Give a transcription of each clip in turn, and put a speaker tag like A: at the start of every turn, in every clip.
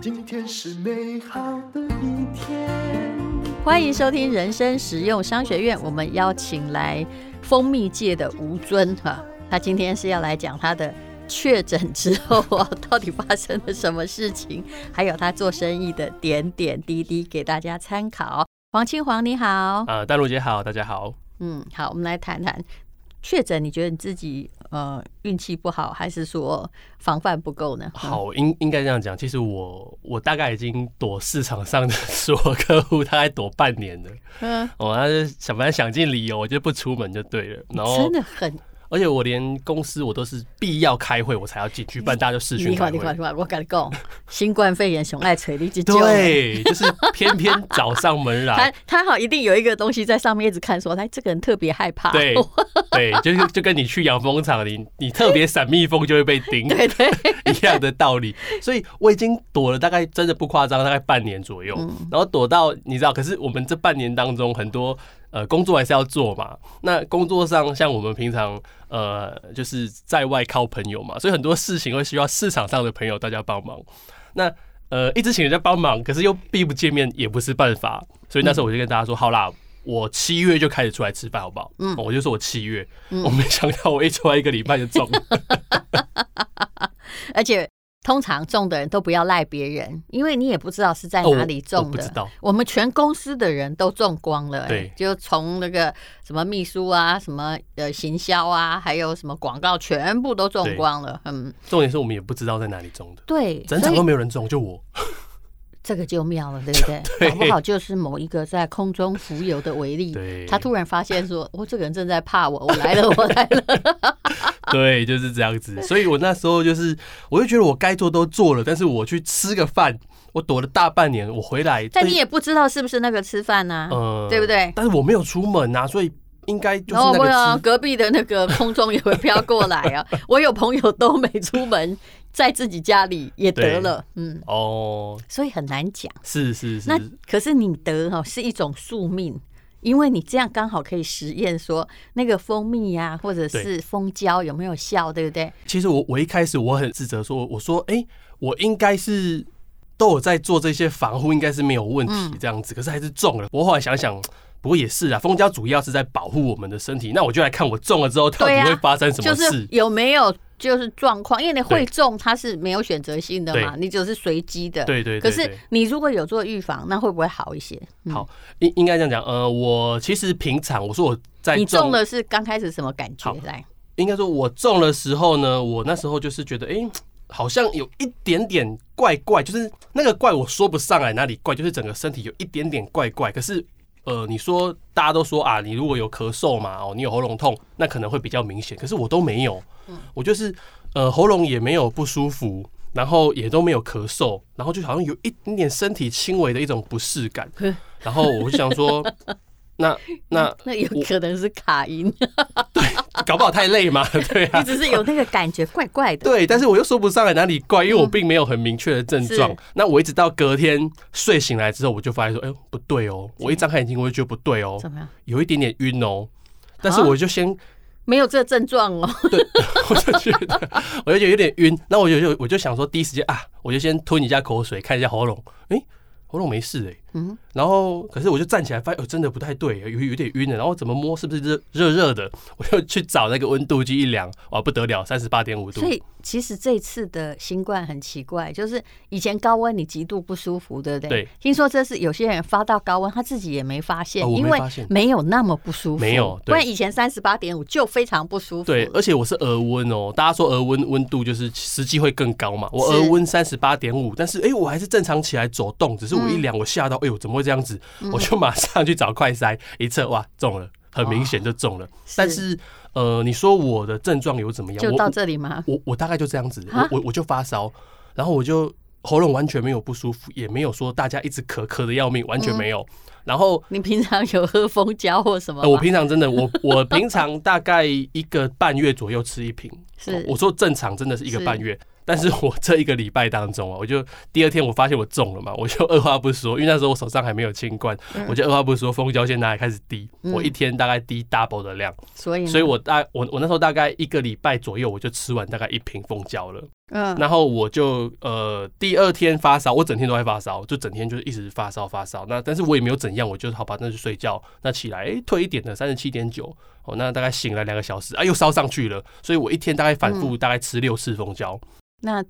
A: 今天是美好的一天。
B: 欢迎收听人生实用商学院，我们邀请来蜂蜜界的吴尊哈、他今天是要来讲他的确诊之后啊，到底发生了什么事情，还有他做生意的点点滴滴，给大家参考。黄清黄你好，
C: 啊，大陆姐好，大家好。
B: 嗯，好，我们来谈谈确诊，你觉得你自己呃运气不好，还是说防范不够呢？嗯，
C: 好，应应该这样讲，其实我我大概已经躲市场上的 所有客户，大概躲半年了。
B: 嗯，
C: 我、哦、那就想反正想尽理由，我就不出门就对了。然后
B: 真，的很
C: 而且我连公司我都是必要开会我才要进去，不然大家就视讯
B: 你好，
C: 开
B: 你好，
C: 会
B: 你。好，我跟你讲，新冠肺炎熊爱锤你之久。
C: 对，就是偏偏找上门
B: 他
C: 来。
B: 他好一定有一个东西在上面一直看说，他这个人特别害怕。
C: 对对，就是就跟你去养蜂场，你你特别闪蜜蜂就 会被叮
B: 对对，
C: 一样的道理。所以我已经躲了大概真的不夸张，大概半年左右。然后躲到你知道，可是我们这半年当中很多。呃，工作还是要做嘛。那工作上，像我们平常呃，就是在外靠朋友嘛，所以很多事情会需要市场上的朋友大家帮忙。那呃，一直请人家帮忙，可是又避不见面，也不是办法。所以那时候我就跟大家说，好啦，我七月就开始出来吃饭，好不好？嗯，我就说我七月，我没想到我一出来一个礼拜就中了。
B: 而且通常中的人都不要赖别人，因为你也不知道是在
C: 哦
B: 哪里
C: 我
B: 中
C: 不
B: 的。
C: 知道
B: 我们全公司的人都中光了、哎
C: 对
B: 就从那个什么秘书啊，什么呃行销啊，还有什么广告，全部都中光了。嗯，
C: 重点是我们也不知道在哪里中的，
B: 对，
C: 整
B: 所
C: 场
B: 以
C: 都没有人中，就我。
B: 这个就妙了，对不对？
C: 对
B: 搞不好就是某一个在空中浮游的维力，
C: 对，
B: 他突然发现说，哦，这个人正在怕我，我来了，我来了。
C: 对就是这样子，所以我那时候就是，我就觉得我该做都做了，但是我去吃个饭，我躲了大半年，我回来，
B: 但你也不知道是不是那个吃饭呐、
C: 呃
B: 对不对？
C: 但是我没有出门啊，所以应该就是
B: 然后
C: 那
B: 我有
C: 个吃。
B: 隔壁的那个空中也会飘过来啊，我有朋友都没出门，在自己家里也得了，嗯，
C: 哦，
B: 所以很难讲。
C: 是是是
B: 那，可是你得哈、是一种宿命，因为你这样刚好可以实验说那个蜂蜜呀、或者是蜂胶有没有效，对不对？
C: 其实我我一开始我很自责说，我说哎、诶我应该是都有在做这些防护，应该是没有问
B: 嗯
C: 题这样子，可是还是中了。我后来想想。不过也是啊，蜂胶主要是在保护我们的身体。那我就来看我中了之后到
B: 对
C: 底
B: 啊
C: 会发生什
B: 就
C: 么
B: 是
C: 事。
B: 有没有就是状况，因为你会
C: 对
B: 中它是没有选择性的嘛，
C: 对
B: 你只是随机的。
C: 对对对
B: 可
C: 对
B: 是你如果有做预防，那会不会好一些？嗯
C: 好，应应该这样讲。呃，我其实平常我说我在
B: 你中了是刚开始什么感觉
C: 好？
B: 来，
C: 应该说我中的时候呢，我那时候就是觉得，哎、好像有一点点怪怪，就是那个怪我说不上来哪里怪，就是整个身体有一点点怪怪。可是，呃，你说大家都说啊，你如果有咳嗽嘛，哦，你有喉咙痛，那可能会比较明显。可是我都没有，我就是呃喉咙也没有不舒服。然后也都没有咳嗽，然后就好像有一点点身体轻微的一种不适感，然后我就想说，那那
B: 那有可能是卡 音，
C: 搞不好太累嘛， 对啊
B: 你，只是有那个感觉，怪怪的。
C: 对，但是我又说不上来哪里怪，因为我并没有很明确的症状。
B: 嗯是
C: 那我一直到隔天睡醒来之后，我就发现说，哎、呦不对哦，我一张开眼睛我就觉得不对哦，
B: 怎么啊样？
C: 有一点点晕哦。但是我就先，
B: 没有这症状哦。
C: 我就觉得，我就觉得有点晕。那我就就我就想说，第一时间啊，我就先吞一下口水，看一下喉咙，哎、喉咙没事哎、
B: 嗯
C: 然后可是我就站起来，发现哦、真的不太对，有有点晕了。然后怎么摸是不是热热热的？我就去找那个温度计一量，哇，不得了，三十八点五度。
B: 所以其实这次的新冠很奇怪，就是以前高温你极度不舒服，对不对？
C: 对。
B: 听说这是有些人发到高温，他自己也没发现，
C: 哦我没
B: 因为
C: 发现
B: 没有那么不舒服。
C: 没有
B: 不
C: 对
B: 然以前三十八点五就非常不舒服。
C: 对，而且我是额温哦，大家说额温温度就是实际会更高嘛。我
B: 是
C: 额温三十八点五，但是哎、诶我还是正常起来走动，只是我
B: 嗯
C: 一量我吓到，哎呦怎么会这样子？我就马上去找快筛 一测，哇中了，很明显就中了。但是呃，你说我的症状有怎么样？
B: 就
C: 我
B: 到
C: 我
B: 这里吗？
C: 我我大概就这样子，
B: 啊
C: 我我我就发烧，然后我就喉咙完全没有不舒服，也没有说大家一直咳咳的要命，完
B: 嗯
C: 全没有。然后
B: 你平常有喝蜂胶或什么吗？
C: 呃，我平常真的，我 我平常大概一个半月左右吃一瓶，哦
B: 是
C: 我说正常真的是一个
B: 是
C: 半月，但是我这一个礼拜当中啊，我就第二天我发现我中了嘛，我就二话不说，因为那时候我手上还没有清冠，
B: 嗯
C: 我就二话不说，蜂胶线拿来开始滴，我一天大概滴 double 的量，
B: 所以呢
C: 所以我大我我那时候大概一个礼拜左右我就吃完大概一瓶蜂胶了。
B: 嗯
C: 然后我就呃第二天发烧，我整天都在发烧，就整天就是一直发烧发烧。那但是我也没有怎样，我就好吧，那就睡觉。那起来，哎，退一点了，三十七点九。哦，那大概醒了两个小时，啊，又烧上去了。所以我一天大概反复大概吃六次蜂胶，
B: 那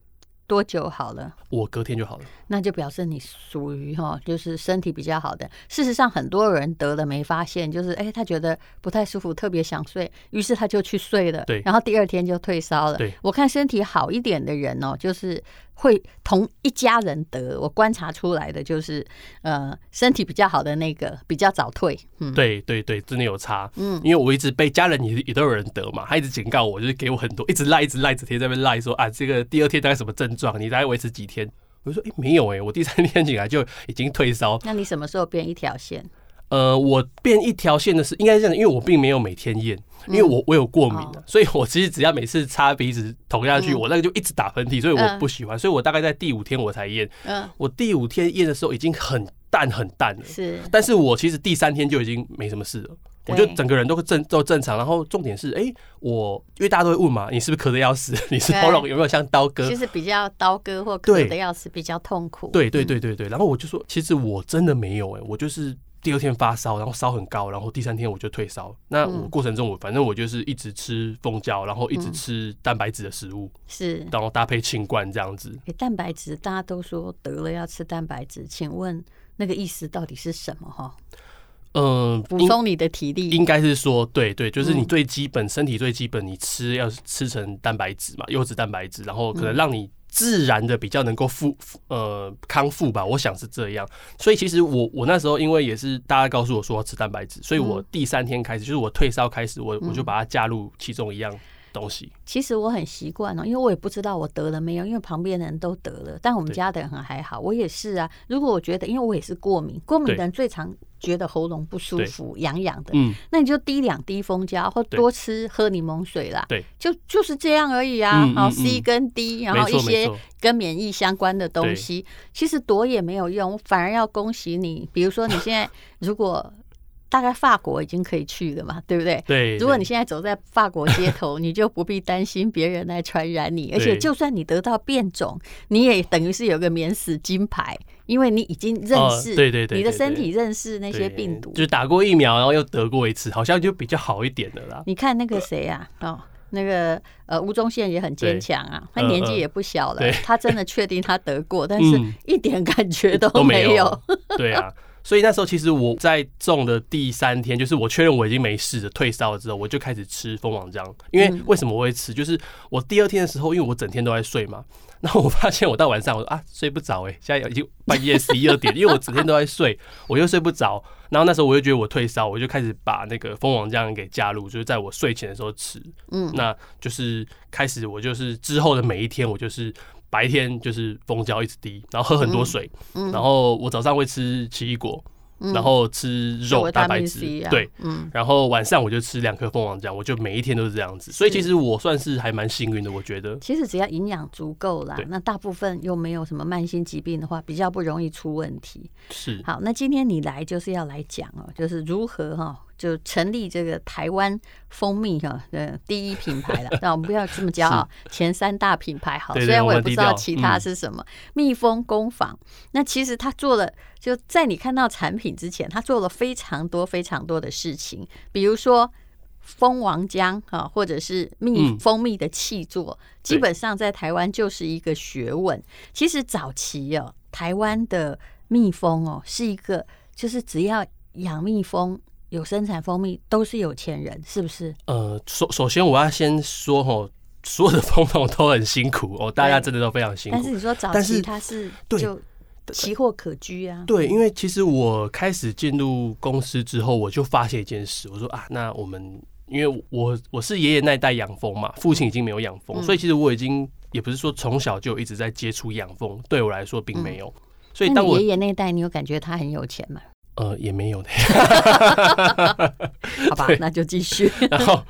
B: 多久好了？
C: 我隔天就好了。
B: 那就表示你属于哈，就是身体比较好的。事实上，很多人得了没发现，就是哎、他觉得不太舒服，特别想睡，于是他就去睡了。
C: 对
B: 然后第二天就退烧了。
C: 对，
B: 我看身体好一点的人哦，就是会同一家人得。我观察出来的就是，呃，身体比较好的那个比较早退。嗯，
C: 对对对，真的有差。
B: 嗯
C: 嗯，因为我一直被家人也也都有人得嘛，他一直警告我，就是给我很多，一直赖，一直赖，整天在那边赖说啊，这个第二天大概什么症状，你大概维持几天？我就说，哎、没有哎、我第三天醒 来就已经退烧，
B: 那你什么时候变一条线？
C: 呃，我变一条线的是应该是这样，因为我并没有每天验，因为我我有过敏、啊
B: 嗯哦
C: 所以我其实只要每次擦鼻子捅下去，我那个就一直打喷嚏，所以我
B: 嗯
C: 不喜欢，所以我大概在第五天我才验。
B: 嗯，
C: 我第五天验的时候已经很淡很淡了，
B: 是
C: 但是我其实第三天就已经没什么事了。我就
B: 对
C: 整个人都正都正常，然后重点是，哎、我因为大家都会问嘛，你是不是咳得要死？ 你是
B: 对
C: 喉咙有没有像刀割
B: 其？实比较刀割或
C: 对
B: 咳的要死，比较痛苦。
C: 对对对对对，然后我就说，其实我真的没有哎、我就是第二天发烧，然后烧很高，然后第三天我就退烧。那我
B: 嗯
C: 过程中我反正我就是一直吃蜂胶，然后一直
B: 嗯
C: 吃蛋白质的食物，
B: 是。
C: 然后搭配清冠这样子。
B: 诶蛋白质大家都说得了要吃蛋白质，请问那个意思到底是什么？哈，
C: 嗯，
B: 补
C: 应
B: 充你的体力。
C: 应该是说，对对，就是你
B: 嗯
C: 最基本身体最基本，你吃要吃成蛋白质嘛，优质蛋白质，然后
B: 嗯
C: 可能让你。自然的比较能够复呃康复吧，我想是这样。所以其实我我那时候因为也是大家告诉我说要吃蛋白质，所以我第三天开始就是我退烧开始，我
B: 嗯
C: 我就把它加入其中一样东西。
B: 其实我很习惯哦，因为我也不知道我得了没有，因为旁边的人都得了，但我们
C: 对
B: 家的人很还好，我也是啊。如果我觉得，因为我也是过敏，过敏的
C: 对
B: 人最常觉得喉咙不舒
C: 对
B: 服、痒痒的，
C: 嗯，
B: 那你就滴两滴蜂胶，或
C: 对
B: 多吃喝柠檬水啦。
C: 对，
B: 就就是这样而已啊。
C: 嗯嗯
B: 好、
C: 嗯
B: C 跟 D，然
C: 没
B: 后一
C: 错没
B: 些
C: 错，
B: 跟免疫相关的东西，其实躲也没有用，反而要恭喜你。比如说，你现 在如果大概法国已经可以去了嘛，对不对？
C: 对。
B: 如果你
C: 对
B: 现在走在法国街 头，你就不必担心别人来传染你，而且就算你得到变种，你也等于是有个免死金牌，因为你已经认
C: 哦
B: 识，
C: 对对对
B: 你的
C: 对
B: 身
C: 对
B: 体认识那些
C: 对
B: 病毒
C: 就。是打过疫苗，然后又得过一次，好像就比较好一点的啦。
B: 你看那个谁啊，哦，那个呃吴宗宪也很坚强啊，他年纪也不小了，
C: 嗯对 嗯
B: 他真的确定他得过，但是一点感觉都
C: 都
B: 没有
C: 有。。 对啊，所以那时候其实我在中的第三天，就是我确认我已经没事了，退烧了之后，我就开始吃蜂王浆。因
B: 嗯
C: 为为什么我会吃？就是我第二天的时候，因为我整天都在睡嘛， 然后我发现我到晚上，我说啊睡不着哎、现在已经半夜十一二点，因为我整天都在睡，我又睡不着。然后那时候我就觉得我退烧，我就开始把那个蜂王浆给加入，就是在我睡前的时候吃。
B: 嗯
C: 那就是开始我就是之后的每一天，我就是白天就是蜂胶一直滴，然后喝很多水，
B: 嗯
C: 然后我早上会吃奇异果，
B: 嗯
C: 然后吃 肉
B: 维
C: 蛋
B: 他
C: 白
B: 命
C: 质
B: C，啊，
C: 对。，
B: 嗯，
C: 然后晚上我就吃两颗蜂王浆，我就每一天都是这样子，所以其实我算是还蛮幸运的，我觉得。
B: 其实只要营养足够啦
C: 对，
B: 那大部分又没有什么慢性疾病的话，比较不容易出问题。
C: 是
B: 好，那今天你来就是要来讲哦，就是如何哈、就成立这个台湾蜂蜜哈、的第一品牌 了。那我们不要这么骄傲，前三大品牌好，
C: 对对
B: 虽然
C: 我
B: 我也
C: 们
B: 不
C: 低
B: 知道
C: 调
B: 其他
C: 嗯
B: 是什么。蜜蜂工坊，那其实他做了，就在你看到产品之前，他做了非常多非常多的事情，比如说。蜂王浆啊，或者是蜜
C: 嗯
B: 蜂蜜的气作，基
C: 对
B: 本上在台湾就是一个学问。其实早期哦，台湾的蜜蜂哦，是一个就是只要养蜜蜂有生产蜂蜜，都是有钱人，是不是？
C: 呃，首首先我要先说吼，所有的蜂农都很辛苦哦，大家
B: 对
C: 真的都非常辛
B: 但
C: 苦
B: 是。你说早
C: 但
B: 期
C: 是
B: 它是
C: 对
B: 就奇货可居啊，
C: 对，因为其实我开始进入公司之后，我就发现一件事，我说啊，那我们因为我我是爷爷那一代养蜂嘛，父亲已经没有养蜂，
B: 嗯
C: 所以其实我已经也不是说从小就一直在接触养蜂，对我来说并没有。所以
B: 嗯那
C: 当
B: 你
C: 我
B: 爷爷那一代，你有感觉他很有钱 吗？
C: 呃也没有的，
B: 好吧，那就继续。
C: 然后。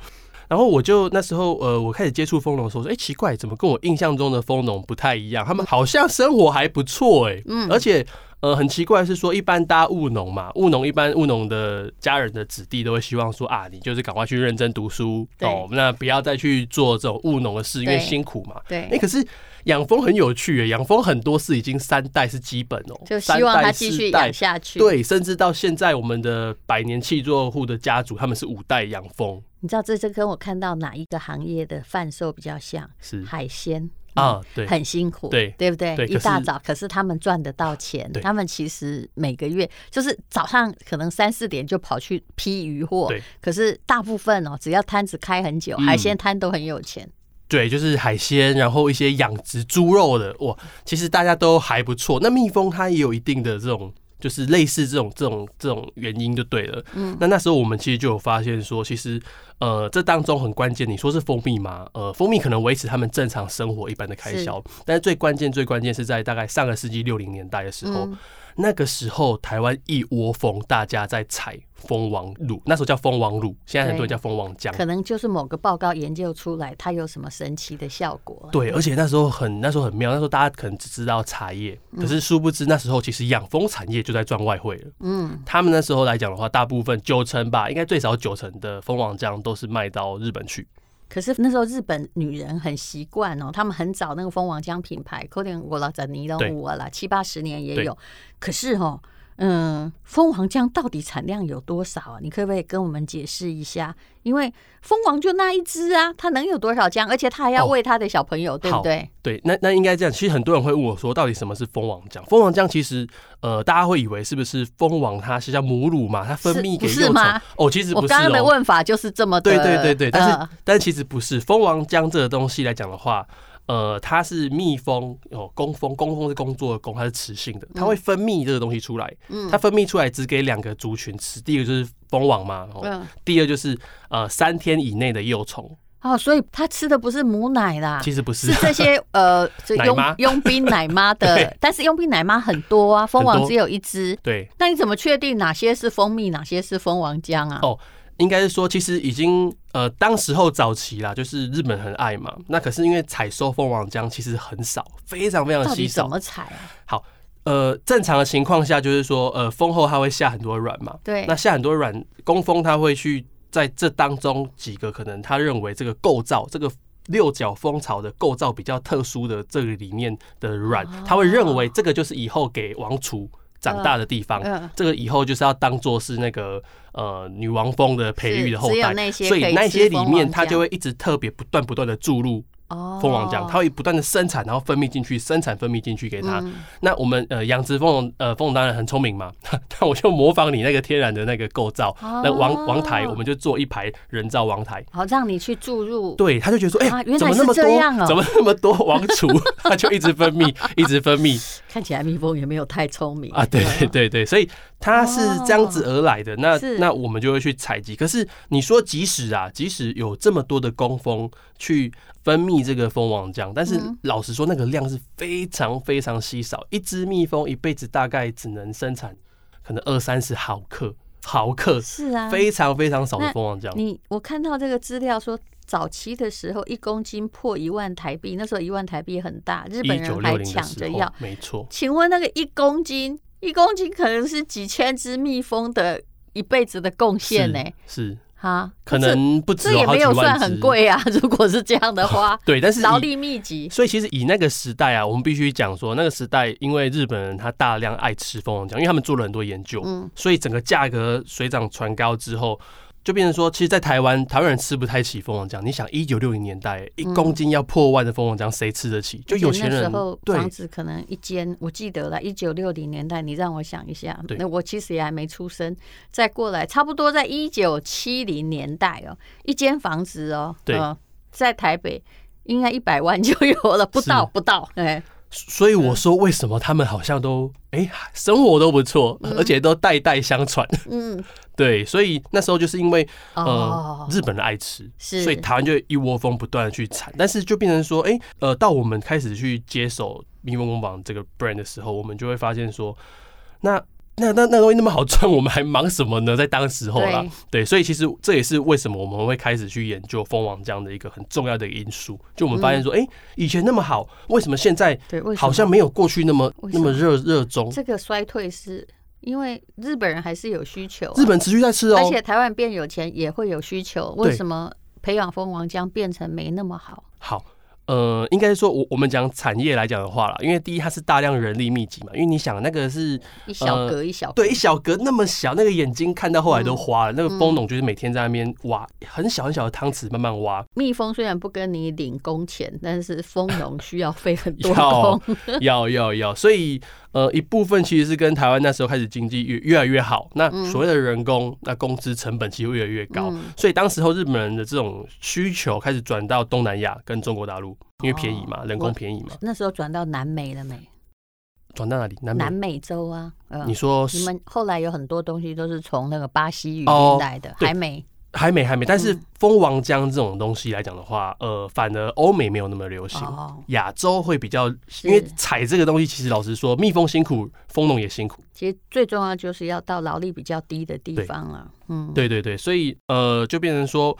C: 然后我就那时候呃，我开始接触蜂农的时候说，哎、奇怪，怎么跟我印象中的蜂农不太一样？他们好像生活还不错哎、
B: 嗯
C: 而且。呃，很奇怪是说，一般大家务农嘛，务农一般务农的家人的子弟都会希望说啊，你就是赶快去认真读书
B: 对
C: 哦，那不要再去做这种务农的事，因为
B: 对
C: 辛苦嘛。
B: 对
C: 哎、可是养蜂很有趣耶，欸养蜂很多是已经三代是基本哦、
B: 就
C: 三
B: 希望
C: 代
B: 他继
C: 四
B: 续
C: 代
B: 养下去。，
C: 对，甚至到现在我们的百年契作户的家族，他们是五代养蜂，
B: 你知道这这跟我看到哪一个行业的贩售比较像？
C: 是
B: 海鲜嗯
C: 啊，对，
B: 很辛苦，
C: 对
B: 对不对？
C: 对
B: 一
C: 可是
B: 大早，可是他们赚得到钱
C: 对，
B: 他们其实每个月就是早上可能三四点就跑去批鱼货
C: 对，
B: 可是大部分哦，只要摊子开很久，
C: 嗯
B: 海鲜摊都很有钱。
C: 对，就是海鲜，然后一些养殖猪肉的，哇，其实大家都还不错。那蜜蜂它也有一定的这种，就是类似这种这种这种原因就对了。嗯，那那时候我们其实就有发现说，其实呃，这当中很关键，你说是蜂蜜吗？呃，蜂蜜可能维持他们正常生活一般的开销，但是最关键最关键是在大概上个世纪六零年代的时
B: 嗯
C: 候。那个时候，台湾一窝蜂，大家在采蜂王乳，那时候叫蜂王乳，现在很多人
B: 对
C: 叫蜂王浆。
B: 可能就是某个报告研究出来，它有什么神奇的效果？
C: 对，而且那时候很那时候很妙，那时候大家可能只知道茶叶，可是殊不知那时候其实养蜂产业就在赚外汇了。
B: 嗯，
C: 他们那时候来讲的话，大部分九成吧，应该最少九成的蜂王浆都是卖到日本去。
B: 可是那时候日本女人很习惯哦，她们很早那个蜂王浆品牌，可能我老早尼龙
C: 对
B: 五啊啦，七八十年也
C: 对
B: 有。可是哦，嗯，蜂王浆到底产量有多少啊？你可不可以跟我们解释一下？因为蜂王就那一只啊，它能有多少浆？而且它还要
C: 哦
B: 喂它的小朋友，对不
C: 好
B: 对？
C: 对，那那应该这样。其实很多人会问我说，到底什么是蜂王浆？蜂王浆其实，呃，大家会以为是不是蜂王它是叫母乳嘛，它分
B: 是
C: 泌
B: 不
C: 给
B: 是
C: 幼虫
B: 吗？
C: 哦，其实
B: 我
C: 不是
B: 刚刚的
C: 哦。
B: 问法就是这么的，
C: 对对对对，但是、
B: 呃
C: 但其实不是蜂王浆这个东西来讲的话，呃，它是蜜蜂哦，工蜂，工蜂是工作的工，它是雌性的，
B: 嗯
C: 它会分泌这个东西出来，它分泌出来只给两个族群吃，第一个就是蜂王嘛，哦
B: 嗯
C: 第二就是呃三天以内的幼虫，
B: 哦，所以它吃的不是母奶啦，
C: 其实不是
B: 啊是。这些呃，这
C: 奶
B: 佣
C: 妈
B: 佣兵奶妈的
C: 对，
B: 但是佣兵奶妈很多啊，蜂
C: 很
B: 王
C: 多
B: 只有一只，
C: 对，
B: 那你怎么确定哪些是蜂蜜，哪些是蜂王浆啊？
C: 哦应该是说，其实已经呃，当时候早期啦，就是日本很爱嘛，那可是因为采收蜂王浆其实很少，非常非常
B: 到
C: 稀
B: 底怎
C: 少。
B: 么采啊？
C: 呃，正常的情况下就是说，呃，蜂后它会下很多卵嘛，
B: 对
C: 那，下很多软工蜂，它会去在这当中几个可能他认为这个构造这个。六角蜂巢的构造比较特殊的这个里面的卵，
B: 啊
C: 他会认为这个就是以后给王储长大的地方，
B: 嗯
C: 这个以后就是要当做是那个呃女王蜂的培育的后
B: 是只有
C: 代
B: 那，些
C: 所
B: 可以
C: 以那
B: 吃
C: 些里
B: 蜂
C: 面
B: 王
C: 它
B: 浆
C: 就会一直特别不断不断的注入
B: 哦嗯
C: 蜂王浆，它会不断的生产，然后分泌进去，生产分泌进去给它。那我们呃养殖蜂农呃蜂农当然很聪明嘛， 但我就模仿你那个天然的那个构造，
B: 哦
C: 那王王台我们就做一排人造王台。
B: 好让你去注入，
C: 对，他就觉得说，哎、
B: 啊原来
C: 怎么那么
B: 是
C: 多，
B: 这样哦
C: 怎么那么多王厨， 他就一直分泌，一直分泌
B: 看起来蜜蜂也没有太聪明
C: 啊，对对对对，所以它是这样子而来的。那
B: 嗯哦是
C: 那我们就会去采集。可是你说，即使啊，即使有这么多的工蜂去分泌这个蜂王浆，但是
B: 嗯
C: 老实说，那个量是非常非常稀少。一只蜜蜂一辈子大概只能生产可能二三十毫克，毫克，
B: 是啊，
C: 非常非常少的
B: 那
C: 蜂王浆。
B: 你我看到这个资料说。早期的时候，一公斤破一万台币，那时候一万台币很大，日本
C: 一九
B: 人
C: 六
B: 还
C: 零的
B: 抢
C: 时
B: 着要
C: 候。，没错，
B: 请问那个一公斤，一公斤可能是几千只蜜蜂的一辈子的贡献呢？
C: 是是
B: 哈，
C: 可能不
B: 欸这这
C: 止有
B: 也
C: 好
B: 没
C: 几
B: 有
C: 万
B: 算很
C: 只。，
B: 贵啊。如果是这样的话
C: 对，但是以
B: 劳力密集，
C: 所以其实以那个时代啊，我们必须讲说，那个时代因为日本人他大量爱吃蜂王浆，因为他们做了很多研究，
B: 嗯
C: 所以整个价格水涨船高之后，就变成说，其实，在台湾台湾人吃不太起蜂王浆。你想，一九六零年代
B: 嗯
C: 一公斤要破万的蜂王浆，谁吃得起？就有钱
B: 而且那
C: 人
B: 时候
C: 对
B: 房子可能一间，我记得了，一九六零年代，你让我想一下，
C: 对
B: 那我其实也还没出生，再过来差不多在一九七零年代哦，一间房子哦，
C: 对
B: 呃在台北应该一百万就有了，不到
C: 是
B: 不到，哎，
C: 所以我说，为什么他们好像都哎、生活都不错，而且都代代相传。
B: 嗯，
C: 对，所以那时候就是因为
B: 哦
C: 呃，，日本人爱吃，
B: 是
C: 所以台湾就一窝蜂不断的去产，但是就变成说，哎、呃，到我们开始去接手蜜蜂工坊这个 brand 的时候，我们就会发现说，那那那那东西那么好赚，我们还忙什么呢？在当时候啦
B: 对，
C: 对，所以其实这也是为什么我们会开始去研究蜂王这样的一个很重要的一个因素。就我们发现说，哎、以前那么好，为什么现在
B: 对，嗯为什么
C: 好像没有过去那么
B: 为什
C: 那
B: 么
C: 么热热衷？
B: 这个衰退是因为日本人还是有需求啊、
C: 日本持续在吃
B: 而
C: 哦，
B: 且台湾变有钱也会有需求，为
C: 对
B: 什么培养蜂王浆变成没那么好？
C: 好，呃，应该说我我们讲产业来讲的话啦，因为第一它是大量人力密集嘛，因为你想那个是
B: 一小
C: 呃
B: 格一小格，
C: 对一小格那么小，那个眼睛看到后
B: 嗯
C: 来都花了，那个蜂农就是每天在那边挖很小很小的汤匙慢慢挖，
B: 蜜蜂虽然不跟你领工钱，但是蜂农需要费很多
C: 要
B: 工。
C: 要要要，所以呃一部分其实是跟台湾那时候开始经济越越来越好，那所谓的人工那工资成本其实会越来越高，
B: 嗯
C: 所以当时候日本人的这种需求开始转到东南亚跟中国大陆，因为便宜嘛，
B: 哦
C: 人工
B: 我
C: 便宜嘛，
B: 那时候转到南美了没？
C: 转到哪里？南美。
B: 南美洲啊，呃
C: 你说
B: 你们后来有很多东西都是从那个巴西语
C: 哦
B: 音来的，
C: 对
B: 还没
C: 还没还没，但是
B: 嗯
C: 蜂王浆这种东西来讲的话，呃，反而欧美没有那么流行，
B: 哦。
C: 亚洲会比较，
B: 是
C: 因为采这个东西，其实老实说，蜜蜂辛苦，蜂农也辛苦，
B: 其实最重要就是要到劳力比较低的地方了。嗯，
C: 对对对，所以呃，就变成说，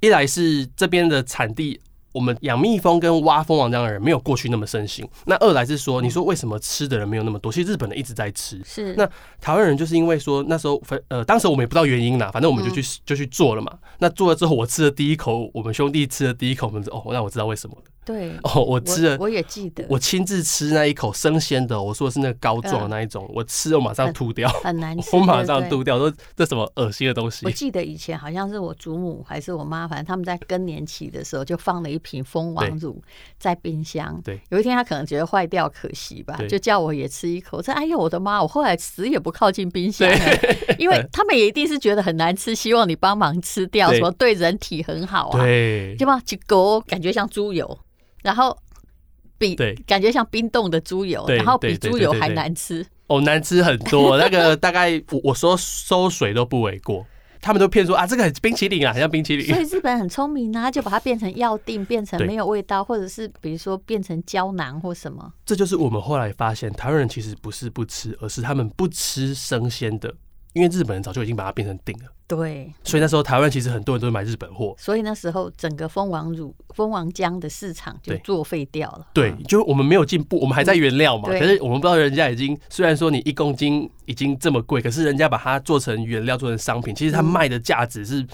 C: 一来是这边的产地。我们养蜜蜂跟挖蜂王浆的人没有过去那么盛行，那二来是说，你说为什么吃的人没有那么多？其实日本人一直在吃，
B: 是
C: 那台湾人就是因为说那时候反呃，当时我们也不知道原因啦，反正我们就去、
B: 嗯
C: 就去做了嘛。那做了之后，我吃了第一口，我们兄弟吃了第一口，我们就哦，那我知道为什么了
B: 对，
C: 哦，我
B: 我
C: 吃了，
B: 我也记得，
C: 我亲自吃那一口生鲜的，我说的是那个膏
B: 嗯
C: 状的那一种，我吃了我马上 吐掉，
B: 很难吃，
C: 我马上
B: 嗯对不对
C: 吐掉，说这什么恶心的东西
B: 我。记得以前好像是我祖母还是我妈，反正他们在更年期的时候就放了一瓶蜂王乳在冰箱。
C: 对，
B: 有一天她可能觉得坏掉可惜吧
C: 对，
B: 就叫我也吃一口。这哎呦我的妈！我后来死也不靠近冰箱、哎因 为他们也一定是觉得很难吃，希望你帮忙吃掉，
C: 对
B: 什么对人体很好啊，
C: 对
B: 对吧？就狗感觉像猪油，然后比
C: 对
B: 感觉像冰冻的猪油，
C: 对
B: 然后
C: 对
B: 比
C: 对
B: 猪
C: 对
B: 油
C: 对
B: 还
C: 对
B: 难吃。
C: 哦，难吃很 多，那个大概我我说收水都不为过。他们都骗说啊，这个很冰淇淋啊，很像冰淇淋
B: 所。以日本很聪明啊，就把它变成药定，变成
C: 对
B: 没有味道，或者是比如说变成胶囊或什么。
C: 这就是我们后来发现，台湾人其实不是不吃，而是他们不吃生鲜的，因为日本人早就已经把它变成定了。
B: 对，
C: 所以那时候台湾其实很多人都买日本货，
B: 所以那时候整个蜂王乳、蜂王浆的市场就
C: 对
B: 作废掉了。
C: 对，就是我们没有进步，我们还在原料嘛。
B: 嗯对
C: 可是我们不知道人家已经，虽然说你一公斤已经这么贵，可是人家把它做成原料，做成商品，其实它
B: 嗯
C: 卖的价值是。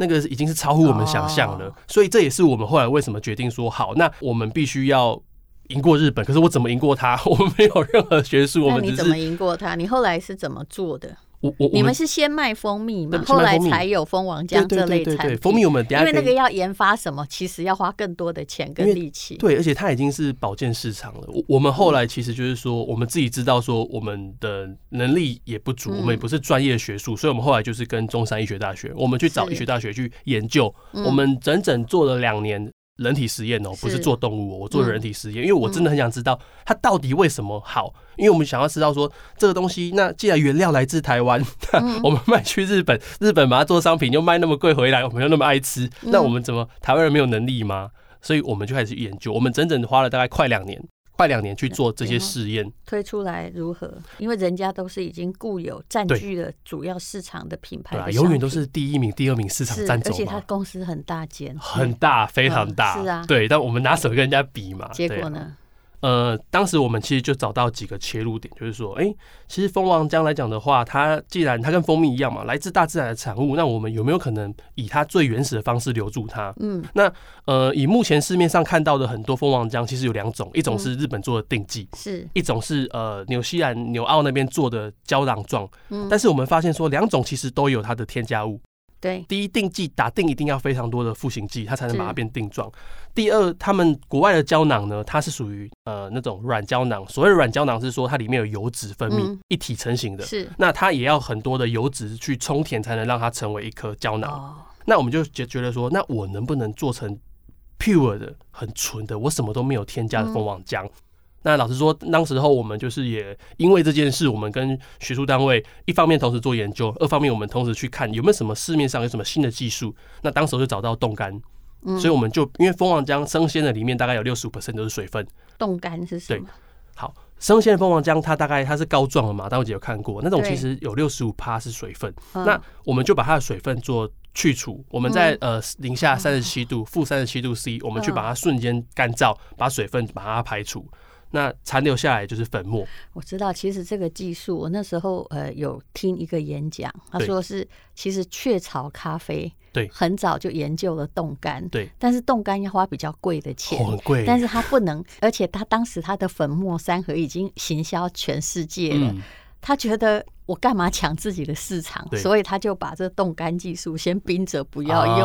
C: 那个已经是超乎我们想象了，
B: 哦
C: 所以这也是我们后来为什么决定说好，那我们必须要赢过日本。可是我怎么赢过他？ 我们没有任何学术，我
B: 那
C: 们
B: 你
C: 只
B: 怎么
C: 是
B: 赢过它？你后来是怎么做的？
C: 我我
B: 你们是先卖蜂蜜嘛
C: 对，先
B: 后
C: 卖
B: 来
C: 蜂蜜
B: 才有蜂王
C: 对
B: 浆
C: 对
B: 这类
C: 对对
B: 产
C: 对，
B: 品。
C: 蜂蜜我们等一
B: 因
C: 下
B: 为那
C: 可
B: 个
C: 以
B: 要研发什么，其实要花更多的钱跟
C: 因为
B: 力气。
C: 对，而且它已经是保健市场了。我我们
B: 嗯
C: 后来其实就是说，我们自己知道说我们的能力也不足，
B: 嗯
C: 我们也不是专业学术，所以我们后来就是跟中山医学大学，我们去找
B: 是
C: 医学大学去研究，
B: 嗯
C: 我们整整做了两年。人体实验哦，不是
B: 是嗯
C: 做动物、哦，我做了人体实验，因为我真的很想知道它到底为什么好，因为我们想要知道说这个东西，那既然原料来自台湾，
B: 嗯
C: 我们卖去日本，日本把它做商品又卖那么贵回来，我们又那么爱吃，
B: 嗯
C: 那我们怎么台湾人没有能力吗？所以我们就开始研究，我们整整花了大概快两年，快两年去做这些试验。
B: 推出来如何？因为人家都是已经固有占
C: 对
B: 据了主要市场的品牌
C: 对
B: 的
C: 啊，
B: 商品，
C: 永远都是第一名、第二名市场
B: 是，
C: 占
B: 而
C: 走
B: 且他
C: 嘛，
B: 公司很大间，
C: 很
B: 嗯
C: 大，非常大。
B: 嗯是啊
C: 对，但我们拿手跟人家比嘛？
B: 结
C: 对啊
B: 果？呢？
C: 呃，当时我们其实就找到几个切入点，就是说，哎、其实蜂王浆来讲的话，它既然它跟蜂蜜一样嘛，来自大自然的产物，那我们有没有可能以它最原始的方式留住它？
B: 嗯，
C: 呃，以目前市面上看到的很多蜂王浆，其实有两种，一种是日本做的定剂，
B: 是，
C: 一种是呃纽西兰、纽澳那边做的胶囊状。
B: 嗯，
C: 但是我们发现说，两种其实都有它的添加物。
B: 对，
C: 第一，定剂打定一定要非常多的复形剂，它才能
B: 是
C: 把它变定状。第二，他们国外的胶囊呢，它是属于呃那种软胶囊。所谓的软胶囊是说它里面有油脂分泌，
B: 嗯
C: 一体成型的。
B: 是
C: 那它也要很多的油脂去充填，才能让它成为一颗胶囊。
B: 哦，
C: 那我们就觉觉得说，那我能不能做成 pure 的、很纯的，我什么都没有添加的蜂王
B: 嗯
C: 浆？那老实说，当时候我们就是也因为这件事，我们跟学术单位一方面同时做研究，二方面我们同时去看有没有什么市面上有什么新的技术。那当时候就找到冻干，
B: 嗯
C: 所以我们就因为蜂王浆生鲜的里面大概有六十五都是水分，
B: 冻干是什么？
C: 好，生鲜的蜂王浆它大概它是膏状的嘛，大姐有看过，那种
B: 对
C: 其实有六十五趴是水分，
B: 嗯
C: 那我们就把它的水分做去除，我们在、
B: 嗯
C: 呃零下三十七度、负三十七度 C，我们去把它瞬间干燥，把水分把它排除。那残留下来就是粉末，
B: 我知道，其实这个技术，我那时候呃有听一个演讲，他
C: 对
B: 说是其实雀巢咖啡
C: 对
B: 很早就研究了冻干，
C: 对，
B: 但是冻干要花比较贵的钱，
C: 哦很贵
B: 但是它不能，而且他当时他的粉末三合已经行销全世界了，
C: 嗯
B: 他觉得。我干嘛抢自己的市场？
C: 对
B: 所以他就把这冻干技术先冰着不要用。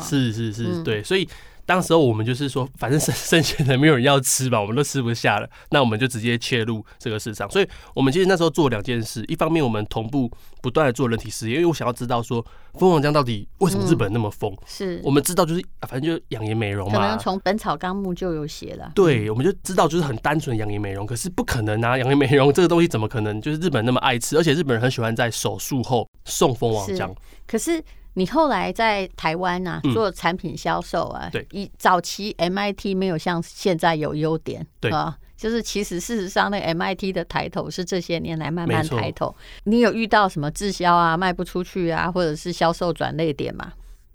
B: 嗯，
C: 是是是，
B: 嗯
C: 对，所以当时候我们就是说，反正生生鲜的没有人要吃吧，我们都吃不下了，那我们就直接切入这个市场。所以我们其实那时候做两件事，一方面我们同步不断的做人体实验，因为我想要知道说蜂王浆到底为什么
B: 嗯
C: 日本人那么疯。
B: 是，
C: 我们知道就是啊反正就养颜美容
B: 可能
C: 嘛。
B: 从《本草纲目》就有写了。
C: 对，我们就知道，就是很单纯养颜美容，可是不可能啊！养颜美容这个东西怎么可能？就是日本那么爱吃，而且日本人很喜欢在手术后送蜂王
B: 是
C: 浆。
B: 可是你后来在台湾啊
C: 嗯
B: 做产品销售啊，
C: 对
B: 以早期 MIT 没有像现在有优点，
C: 对
B: 啊，就是其实事实上那个 MIT 的抬头是这些年来慢慢
C: 没错
B: 抬头。你有遇到什么滞销啊、卖不出去啊，或者是销售转类点嘛？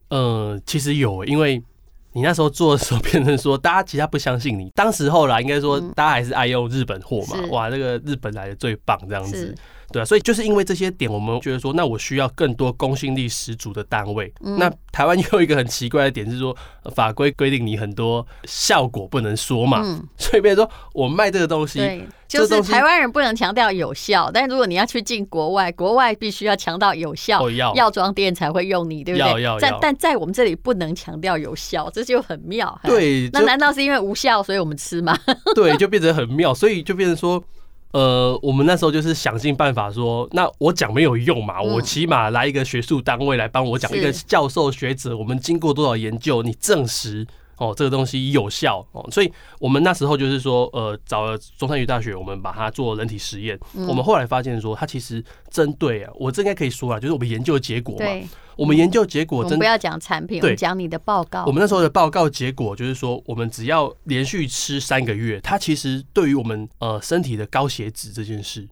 C: 呃，其实有欸，因为你那时候做的时候，变成说大家其实他不相信你。当时候啦，应该说大家还是爱用日本货嘛，
B: 嗯是
C: 哇，这个日本来的最棒这样
B: 是
C: 子，对啊，所以就是因为这些点，我们觉得说，那我需要更多公信力十足的单位。
B: 嗯
C: 那台湾又有一个很奇怪的点是说，呃法规规定你很多效果不能说嘛，
B: 嗯，
C: 所以变成说我卖这个东西，
B: 对，就
C: 啊这
B: 是
C: 东西
B: 台湾人不能强调有效，但如果你要去进国外，国外必须要强调有效。
C: 哦要
B: 药妆店才会用你，对不对？
C: 要要
B: 但
C: 要
B: 但在我们这里不能强调有效，这就很妙。嘿
C: 对，
B: 那
C: 就
B: 难道是因为无效，所以我们吃吗？
C: 对，就变成很妙，所以就变成说，呃，我们那时候就是想尽办法说，那我讲没有用嘛，我起码来一个学术单位来帮我讲，
B: 嗯是
C: 一个教授学者，我们经过多少研究，你证实。哦，这个东西有效哦，所以我们那时候就是说，呃，找了中山医大学，我们把它做人体实验。
B: 嗯
C: 我们后来发现说，它其实针对啊，我这应该可以说啊，就是我们研究结 果嘛。
B: 对，嗯
C: 我们研究结
B: 我
C: 果
B: 们
C: 真
B: 不要讲产品，我
C: 对
B: 们讲你的报告。
C: 我们那时候的报告结果就是说，我们只要连续吃三个月，它其实对于我们呃身体的高血脂这件事，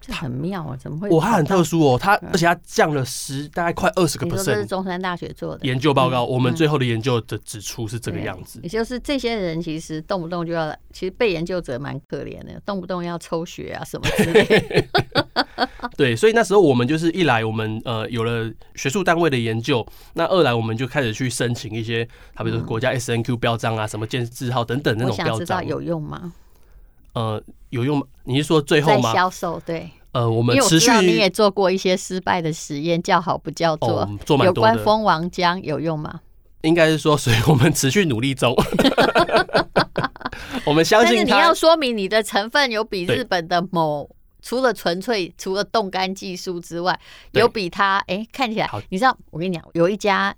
B: 这很妙啊，怎么会？
C: 我它很特殊哦，它
B: 嗯
C: 而且它降了十大概快二十个
B: 你说这是
C: percent。
B: 中山大学做的
C: 研究报告，
B: 嗯
C: 我们
B: 嗯
C: 最后的研究的指出是这个样子
B: 对。也就是这些人其实动不动就要，其实被研究者蛮可怜的，动不动要抽血啊什么之类的。
C: 对，所以那时候我们就是一来我们呃有了学术单位的研究，那二来我们就开始去申请一些，好比如说国家 S N Q 标章啊，什么建字号等等 那
B: 嗯我
C: 种
B: 想
C: 标
B: 知道
C: 章。
B: 有用吗？
C: 呃有用吗？你是说最后
B: 在
C: 吗？
B: 销售对，
C: 呃，我
B: 因
C: 们
B: 为我
C: 持
B: 知
C: 续
B: 道你也做过一些失败的实验，叫好不叫
C: 哦
B: 座
C: 我们。做蛮
B: 有
C: 多的
B: 关蜂王浆有用吗？
C: 应该是说，所以我们持续努力中。 我们相
B: 但是
C: 信
B: 你要
C: 它，
B: 说明你的成分有比
C: 对
B: 日本的某，除了纯粹除了冻干技术之外，
C: 对
B: 有比它哎、看起来
C: 好，
B: 你知道我跟你讲，有一家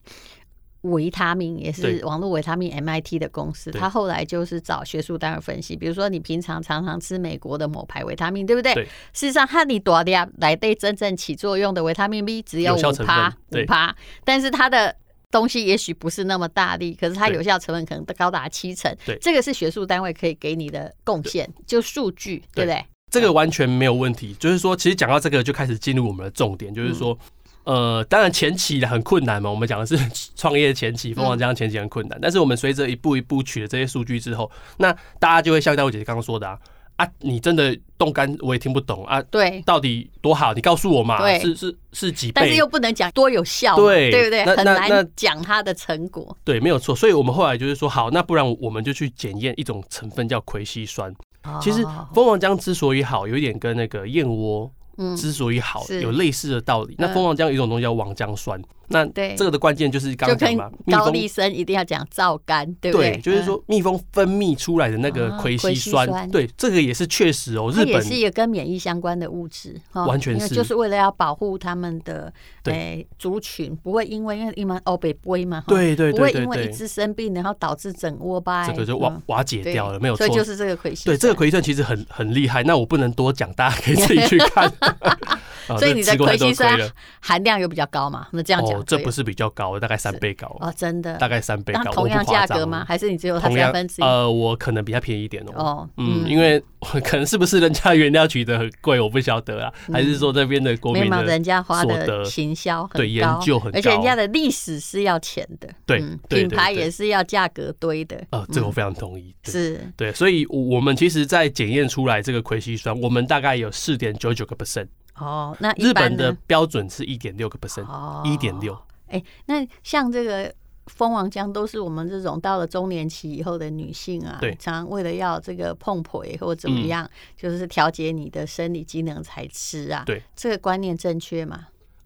B: 维他命也是
C: 对
B: 网络维他命 MIT 的公司，
C: 对
B: 它后来就是找学术单位分析，比如说你平常常常吃美国的某牌维他命，对不对？
C: 对
B: 事实上，它你多的来对真正起作用的维他命 B 只有
C: 有效
B: 五
C: 成
B: 趴，
C: 分
B: 五
C: 对
B: 趴，但是它的东西也许不是那么大力，可是它
C: 对
B: 有效成分可能高达七成。
C: 对
B: 这个是学术单位可以给你的贡献，就数据，对
C: 对
B: 不对？
C: 这个完全没有问题。就是说，其实讲到这个，就开始进入我们的重
B: 嗯
C: 点，就是说，呃，当然前期很困难嘛，我们讲的是创业前期，凤凰浆前期很困难，但是我们随着一步一步取得这些数据之后，那大家就会像戴伟姐刚刚说的啊，啊，你真的冻干我也听不懂啊，
B: 对，
C: 到底多好？你告诉我嘛
B: 对，
C: 是是是几倍？
B: 但是又不能讲多有效嘛，
C: 对
B: 对不对？
C: 那
B: 很
C: 那那
B: 难讲它的成果。
C: 对，没有错。所以我们后来就是说，好，那不然我们就去检验一种成分叫葵烯酸。其实
B: 哦
C: 蜂王浆之所以好，有一点跟那个燕窝
B: 嗯
C: 之所以好
B: 是
C: 有类似的道理。那
B: 嗯
C: 蜂王浆有一种东西叫网浆酸，那
B: 对
C: 这个的关键就是刚
B: 就
C: 刚讲
B: 跟
C: 嘛，蜜
B: 高
C: 蜂
B: 丽参一定要讲皂苷，对不
C: 对，
B: 对？
C: 就是
B: 嗯
C: 说蜜蜂分泌出来的那个
B: 啊
C: 葵
B: 葵
C: 烯
B: 烯
C: 酸
B: 酸，
C: 对，这个也是确实哦，
B: 它
C: 日
B: 也
C: 本
B: 是一个跟免疫相关的物质，哈
C: 完全
B: 因为
C: 是
B: 就是为了要保护他们的
C: 对
B: 诶族群，不会因为因为一般欧北杯嘛，哈
C: 对对
B: 不会
C: 对对
B: 因为一
C: 对，
B: 只生病然后导致整窝吧，
C: 这个就
B: 嗯
C: 瓦瓦解
B: 对
C: 掉了，没有
B: 所
C: 错
B: 以。就是这个葵烯酸，
C: 对，这个葵烯酸其实很很厉害，那我不能多讲，大家可以自己去看。 啊
B: 所以你
C: 这
B: 的
C: 吃过太
B: 葵
C: 多
B: 西
C: 亏
B: 酸
C: 了。
B: 含量又比较高嘛？那这样讲、
C: 哦，这不是比较高，大概三倍高，
B: 哦，真的，
C: 大概三倍
B: 那
C: 高，
B: 同
C: 我不
B: 样
C: 夸
B: 价
C: 张哦
B: 格吗？？还是你只有它
C: 同样
B: 三分之一？
C: 呃，我可能比较便宜一点哦。
B: 哦，
C: 嗯，因为可能是不是人家原料取得很贵，我不晓得啊，还是说这边的国
B: 嗯没
C: 民
B: 有，
C: 的
B: 人家花
C: 所
B: 的
C: 得
B: 行销很高，
C: 对研究很
B: 而且人
C: 高
B: 家的历史是要钱的，嗯
C: 对对
B: 品
C: 对
B: 牌
C: 对
B: 也是要价格堆的，
C: 呃，这个我非常同意。对
B: 嗯是
C: 对，所以我们其实，在检验出来这个葵西酸，我们大概有四点九九个 percent，
B: 哦。那一
C: 日
B: 般
C: 本的
B: 呢
C: 标准是一点六个 percent，
B: 哦
C: 一点六。
B: 哎，那像这个蜂王浆都是我们这种到了中年期以后的女性啊，
C: 对
B: 常常为了要这个碰腿或怎么
C: 嗯
B: 样，就是调节你的生理机能才吃啊。
C: 对，
B: 这个观念正确吗？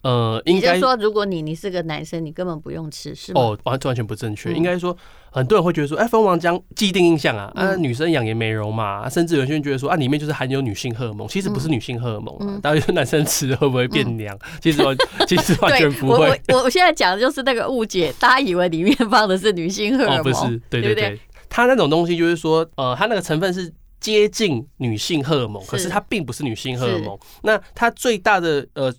C: 呃，应
B: 也就是
C: 该
B: 说，如果你你是个男生，你根本不用吃，是吗？
C: 哦，完完全不正确。
B: 嗯
C: 应该说，很多人会觉得说，哎，蜂王浆既定印象啊，啊，
B: 嗯
C: 女生养颜美容嘛，啊甚至有些人觉得说，啊，里面就是含有女性荷尔蒙，其实不是女性荷尔蒙啊
B: 嗯。
C: 当然，男生吃会不会变娘？其实完，其实完
B: 对
C: 全，不
B: 我
C: 会
B: 我。我我现在讲的就是那个误解，大家以为里面放的是女性荷 尔蒙，
C: 哦，不是，对
B: 对不
C: 对对，它那种东西就是说，呃，它那个成分是接近女性荷尔蒙，
B: 是
C: 可是它并不是女性荷尔蒙。那它最大的呃，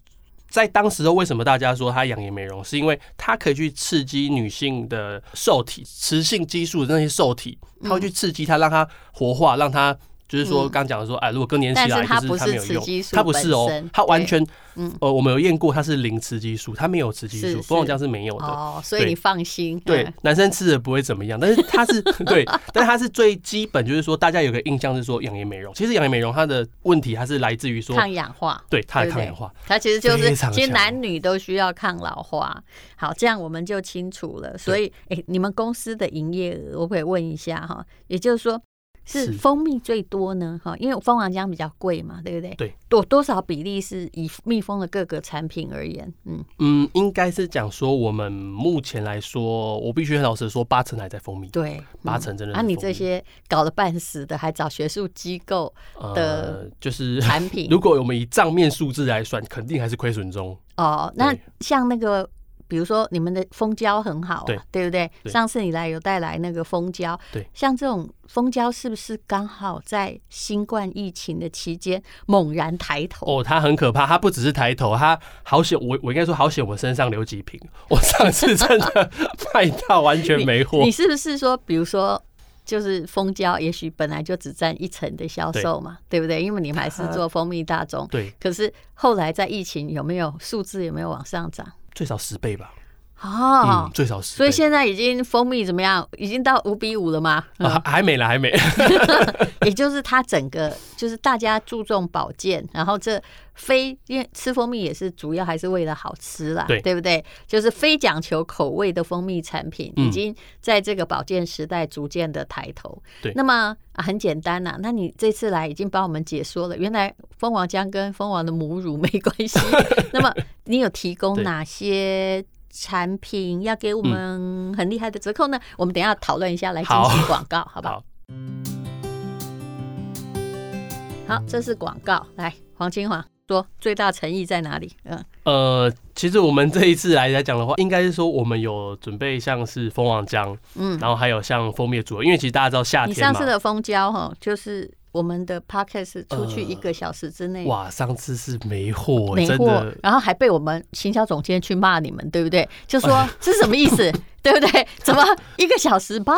C: 在当时候为什么大家说它养颜美容，是因为它可以去刺激女性的受体，雌性激素的那些受体，它会去刺激它，让它活化，让它。就是说，
B: 嗯
C: 刚讲的说，哎，如果更年期
B: 但是
C: 来，
B: 它
C: 就
B: 不
C: 它
B: 是
C: 没有
B: 雌激
C: 用，
B: 素
C: 它不是哦
B: 本身，
C: 它完全
B: 嗯，
C: 呃，我们有验过，它是零雌激素，它没有雌激
B: 是
C: 素，
B: 是
C: 蜂王浆是没有的。
B: 哦，所以
C: 对
B: 你放心，
C: 对
B: 嗯，
C: 男生吃的不会怎么样，但是它 是对，但是它是最基本，就是说大家有个印象是说养颜美容，其实养颜美容它的问题它是来自于说
B: 抗氧化。
C: 对它的
B: 对不
C: 抗
B: 对
C: 氧化，
B: 它其实就是
C: 非，常
B: 其实
C: 强
B: 男女都需要抗老化。好，这样我们就清楚了。所以，哎、你们公司的营业额，我可以问一下哈？也就是说，是
C: 是
B: 蜂蜜最多呢？哈，因为蜂王浆比较贵嘛，对不对？
C: 对，
B: 多多少比例是以蜜蜂的各个产品而言？嗯，
C: 嗯，应该是讲说我们目前来说，我必须很老实地说，八成还在蜂蜜，
B: 对，
C: 八
B: 嗯
C: 成真的是
B: 啊，你
C: 蜂
B: 这
C: 蜜
B: 些搞得半死的，还找学术机 构
C: 呃
B: 的，
C: 就是
B: 产品
C: 如果我们以账面数字来算，肯定还是亏损中，
B: 哦。那
C: 对
B: 像那个，比如说你们的蜂胶很好、啊，
C: 对
B: 不对？
C: 对
B: 上次你来有带来那个蜂胶，
C: 对
B: 像这种蜂胶是不是刚好在新冠疫情的期间猛然抬头？
C: 哦，它很可怕，它不只是抬头，它好险，我我应该说好险，我身上留几瓶，我上次真的 卖到完全没货
B: 你，是不是说，比如说？就是蜂胶，也许本来就只占一成的销售嘛，对不对？因为你们还是
C: 它
B: 做蜂蜜大宗，
C: 对，
B: 可是后来在疫情有没有数字有没有往上涨？
C: 最少十倍吧。
B: 哦，
C: 嗯，最少十倍。
B: 所以现在已经蜂蜜怎么样？已经到五比五了吗？
C: 啊，还没啦，还没。
B: 也就是它整个就是大家注重保健，然后这非因为吃蜂蜜也是主要还是为了好吃啦，
C: 对
B: 不对？就是非讲求口味的蜂蜜产品，
C: 嗯
B: 已经在这个保健时代逐渐的抬头。
C: 对
B: 那么、啊很简单呐、那你这次来已经帮我们解说了，原来蜂王浆跟蜂王的母乳没关 系。那么你有提供
C: 对嗯
B: 哪些？产品要给我们很厉害的折扣呢，我们等一下讨论一下来进行
C: 好
B: 广告，好不好？
C: 好，
B: 好，这是广告。来，黄清华说最大诚意在哪里？嗯，
C: 呃，其实我们这一次来来讲的话，应该是说我们有准备像是蜂王浆，
B: 嗯
C: 嗯，然后还有像蜂蜜的组合，因为其实大家知道夏
B: 你
C: 天
B: 上
C: 嘛
B: 次。的蜂胶哈，就是我们的 podcast 出去一个小时之内。
C: 呃哇，上次是没货，
B: 没
C: 真
B: 货
C: 的，
B: 然后还被我们行销总监去骂你们，对不对？就说这是什么意 思，对不对？怎么一个小时拜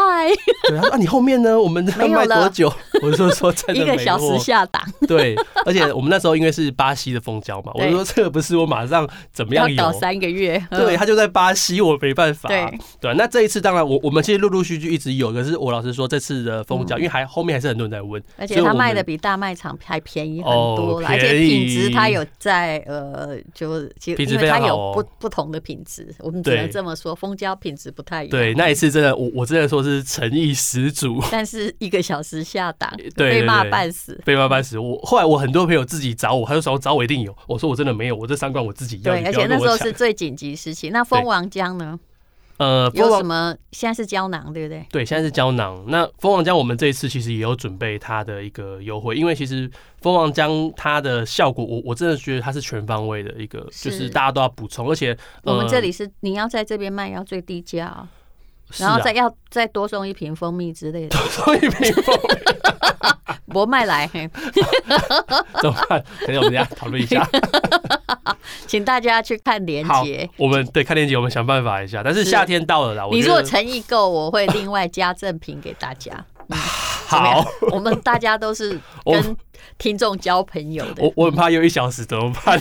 C: 对啊！啊你后面呢？我们
B: 没
C: 要
B: 有
C: 卖
B: 了
C: 多久？ 我就说真
B: 一
C: 的
B: 个
C: 没
B: 小时
C: 货。
B: 下档，
C: 对，而且我们那时候因为是巴西的蜂 胶嘛，我
B: 对
C: 就说这个不是我马上怎么
B: 要
C: 样有
B: 搞三个月？嗯
C: 对，他就在巴西，我没办法、
B: 对
C: 对啊那这一次当然我，我们其实陆陆续续一直有，可是我老实说，这次的蜂胶，因为还后面还是很多人在问，
B: 嗯而且
C: 所以
B: 它
C: 我
B: 卖的
C: 们
B: 比大卖场还便宜很
C: 哦
B: 多了，而
C: 便
B: 且品质它
C: 宜
B: 有在呃，就其实
C: 品
B: 因
C: 质
B: 为
C: 非
B: 它
C: 常
B: 有
C: 好
B: 不
C: 哦
B: 不同的品质，我们只能
C: 对
B: 这么说，蜂胶品质不太一样。
C: 对，那一次真的，我我真的说是诚意十足，
B: 但是一个小时下档，
C: 对
B: 被
C: 对
B: 骂
C: 对
B: 半死。
C: 被慢慢死。我后来我很多朋友自己找我，他就说找我一定有，我说我真的没有，我这三罐我自己要，
B: 对，
C: 你
B: 而
C: 不要
B: 且那
C: 跟
B: 时候
C: 我抢
B: 是最紧急时期。那蜂王浆呢？
C: 呃
B: 有什
C: 蜂王。
B: 么？现在是胶囊，对不对？
C: 对，现在是胶囊。那蜂王浆，我们这一次其实也有准备它的一个优惠，因为其实蜂王浆它的效果，我我真的觉得它是全方位的一个，就是是大家都要补充，而且、
B: 我们这
C: 呃
B: 里是你要在这边卖，要最低价哦、
C: 是
B: 然后
C: 啊
B: 再，要再多送一瓶蜂蜜之类的，
C: 所以没有
B: 我卖来，嘿
C: 怎么办？等一下我们等一下讨论 一下。
B: 请大家去 看连
C: 好
B: 接。，
C: 我们对看链接，我们想办法一下。但是
B: 是
C: 夏天到了啦，我
B: 你
C: 觉
B: 如果
C: 得
B: 诚意够，我会另外加赠品给大 家。怎么样
C: 好，，
B: 我们大家都是
C: 我
B: 跟听众交朋友的
C: 我，我很怕又一小时怎么办？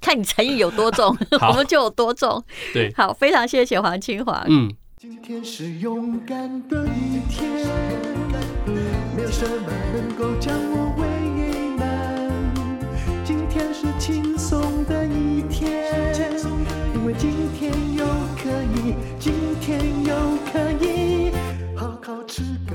B: 看你诚意有多重，
C: 好
B: 我们就有多重。
C: 对，
B: 好，非常谢谢黄清华。
C: 嗯，
A: 今天是勇敢的一天，没有什么能够将我为难。今天是轻松的一天，因为今天又可以，今天又可以好好吃个